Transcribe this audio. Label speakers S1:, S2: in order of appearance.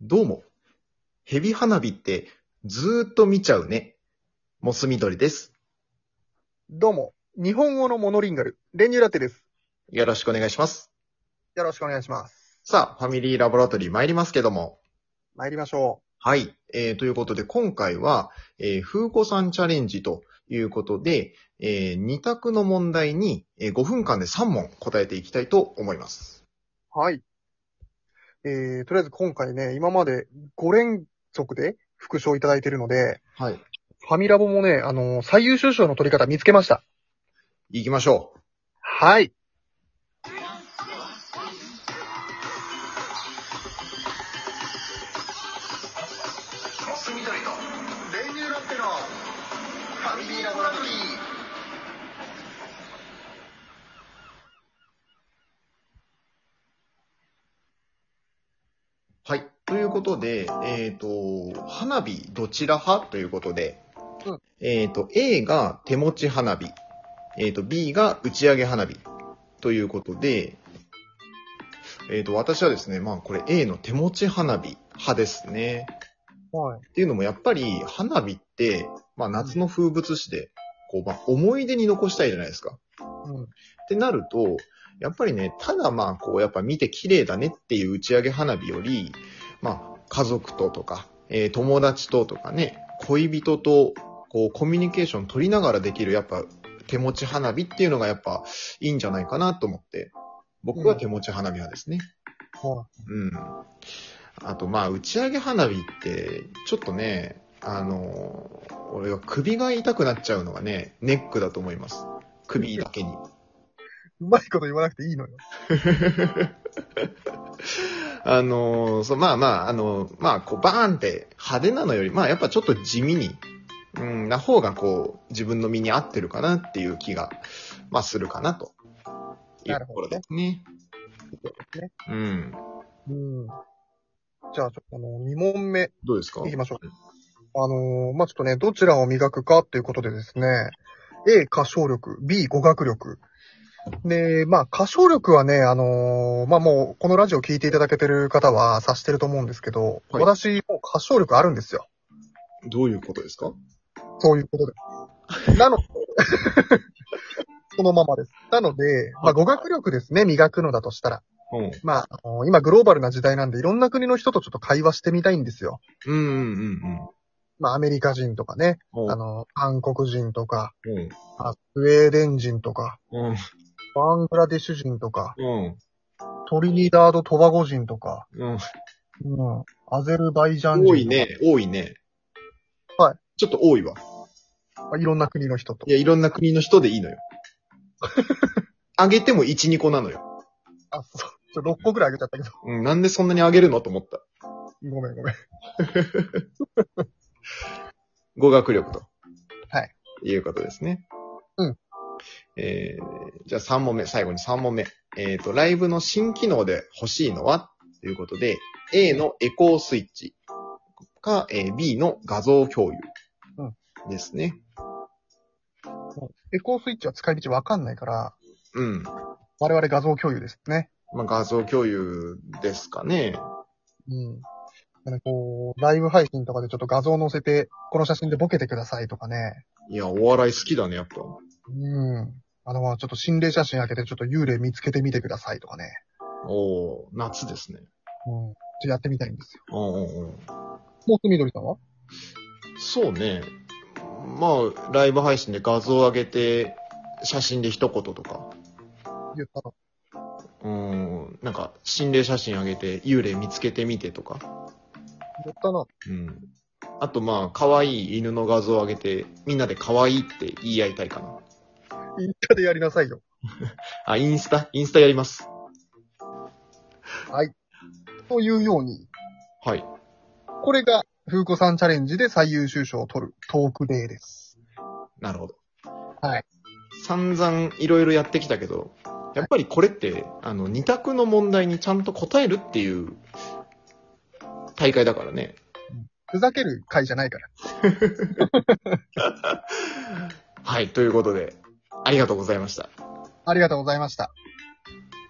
S1: どうも。ヘビ花火ってずーっと見ちゃうね。モス緑です。
S2: どうも、日本語のモノリンガル、レニューラテです。
S1: よろしくお願いします。
S2: よろしくお願いします。
S1: さあ、ファミリーラボラトリー参りますけども。
S2: 参りましょ
S1: はい。えーということで、今回は、えー、風子さんチャレンジということで、えー、2択の問題に、えー5分間で3問答えていきたいと思います。
S2: う。はい。えー、とりあえず今回ね、今まで5連続で副賞いただいてるので、
S1: はい。
S2: ファミラボもね、あのー最優秀賞の取り方見つけました。
S1: 行きましょう。
S2: はい。
S3: モス緑と練乳ロッテのファミリーラボラトリー。
S1: はい。ということで、えっ、と、花火どちら派ということで、
S2: うん
S1: えっ、と、A が手持ち花火、えっ、と、B が打ち上げ花火ということで、えっ、と、私はですね、まあこれ A の手持ち花火派ですね。
S2: はい。
S1: っていうのもやっぱり花火って、まあ夏の風物詩で、こう、まあ思い出に残したいじゃないですか。
S2: うん。
S1: ってなると、やっぱりね、ただまあこう、やっぱ見て綺麗だねっていう打ち上げ花火より、まあ家族ととか、えー友達ととかね、恋人とこうコミュニケーション取りながらできるやっぱ手持ち花火っていうのがやっぱいいんじゃないかなと思って、僕は手持ち花火派ですね。
S2: は
S1: うん。あとまあ打ち上げ花火って、ちょっとね、あのー、俺は首が痛くなっちゃうのがね、ネックだと思います。首だ けに。
S2: い。うまいこと言わなくていいのよ。
S1: あのーそう、まあまあ、あのーまあ、こう、バーンって派手なのより、まあ、やっぱちょっと地味に、うん、な方が、こう、自分の身に合ってるかなっていう気が、まあ、するかなと。いう
S2: な
S1: と
S2: る
S1: こ
S2: ほ
S1: ろ
S2: ど
S1: で
S2: ね
S1: すね。
S2: ね
S1: うん。
S2: うん。じゃあ、ちょっとあの、2問目
S1: どうですか
S2: 行きましょう。あのーまあ、ちょっとね、どちらを磨くかということでですね、A、歌唱力、B、語学力。で、まあ、歌唱力はね、あのーまあ、もう、このラジオ聞いていただけてる方は察してると思うんですけど、
S1: はい
S2: 私、もう歌唱力あるんですよ。
S1: どういうことですか
S2: そういうことで。なので、 そのままです。なので、まあ、語学力ですね、磨くのだとしたら。
S1: うん。
S2: まあ、あのー今グローバルな時代なんで、いろんな国の人とちょっと会話してみたいんですよ。
S1: うんうんうん
S2: まあ、アメリカ人とかね、
S1: うん。
S2: あの、韓国人とか、
S1: うん。
S2: あスウェーデン人とか、
S1: うん。
S2: バングラデシュ人とか、
S1: うん。
S2: トリニダード・トバゴ人とか、
S1: うん。
S2: うん、アゼルバイジャン
S1: 多
S2: 人とか
S1: いね、多いね。
S2: はい。
S1: ちょっと多いわ。
S2: まあいろんな国の人と
S1: い。や、いろんな国の人でい いのよ。あげても1、2個なのよ。
S2: あ、そう。ちょ、6個ぐらいあげちゃったけど。
S1: うん、なんでそんなにあげるのと思った。
S2: ごめんごめん。
S1: 語学力と。
S2: はい。
S1: いうことですね。
S2: うん。
S1: えー、じゃあ3問目、最後に3問目。えっ、と、ライブの新機能で欲しいのはということで、A のエコースイッチか、えー B の画像共有。ですね。
S2: エコースイッチは使い道わかんないから、
S1: うん。
S2: 我々画像共有ですね。
S1: まあ、画像共有ですかね。
S2: うん。だからこう、ライブ配信とかでちょっと画像載せて、この写真でボケてくださいとかね。
S1: いや、お笑い好きだね、やっぱ。
S2: うん。あの、まあちょっと心霊写真開けて、ちょっと幽霊見つけてみてくださいとかね。
S1: おー、夏ですね。
S2: うん。ちょっとやってみたいんですよ。
S1: うんうんうん。
S2: もう、みどりさんは
S1: そうね。まあ、ライブ配信で画像を上げて、写真で一言とか、
S2: 言ったの。
S1: うん、なんか、心霊写真上げて、幽霊見つけてみてとか、
S2: 言ったな。
S1: うん。あとまあ、可愛い犬の画像を上げて、みんなで可愛いって言い合いたいかな。
S2: インスタでやりなさいよ。
S1: あ、インスタインスタやります。
S2: というように、
S1: はい。
S2: これが、風子さんチャレンジで最優秀賞を取るトークデーです。
S1: なるほど。
S2: はい。
S1: 散々いろいろやってきたけど、やっぱりこれって、あの、二択の問題にちゃんと答えるっていう大会だからね。
S2: ふざける回じゃないから。
S1: はい、ということで、ありがとうございました。
S2: ありがとうございました。